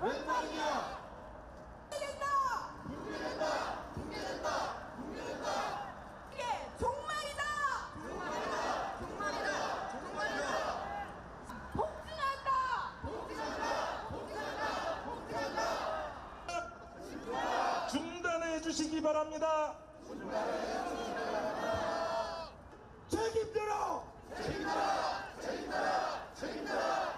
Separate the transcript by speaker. Speaker 1: 왼손이야.
Speaker 2: 되겠다!
Speaker 1: 분리된다. 분리된다. 분리된다.
Speaker 2: 이게 정말이다! 정말이다! 정말이다! 정말이다! 복숭아다!
Speaker 1: 복지한다. 복지한다. 복지한다.
Speaker 3: 중단해 주시기 바랍니다. 책임져라!
Speaker 1: 책임져라. 책임져라. 책임져라.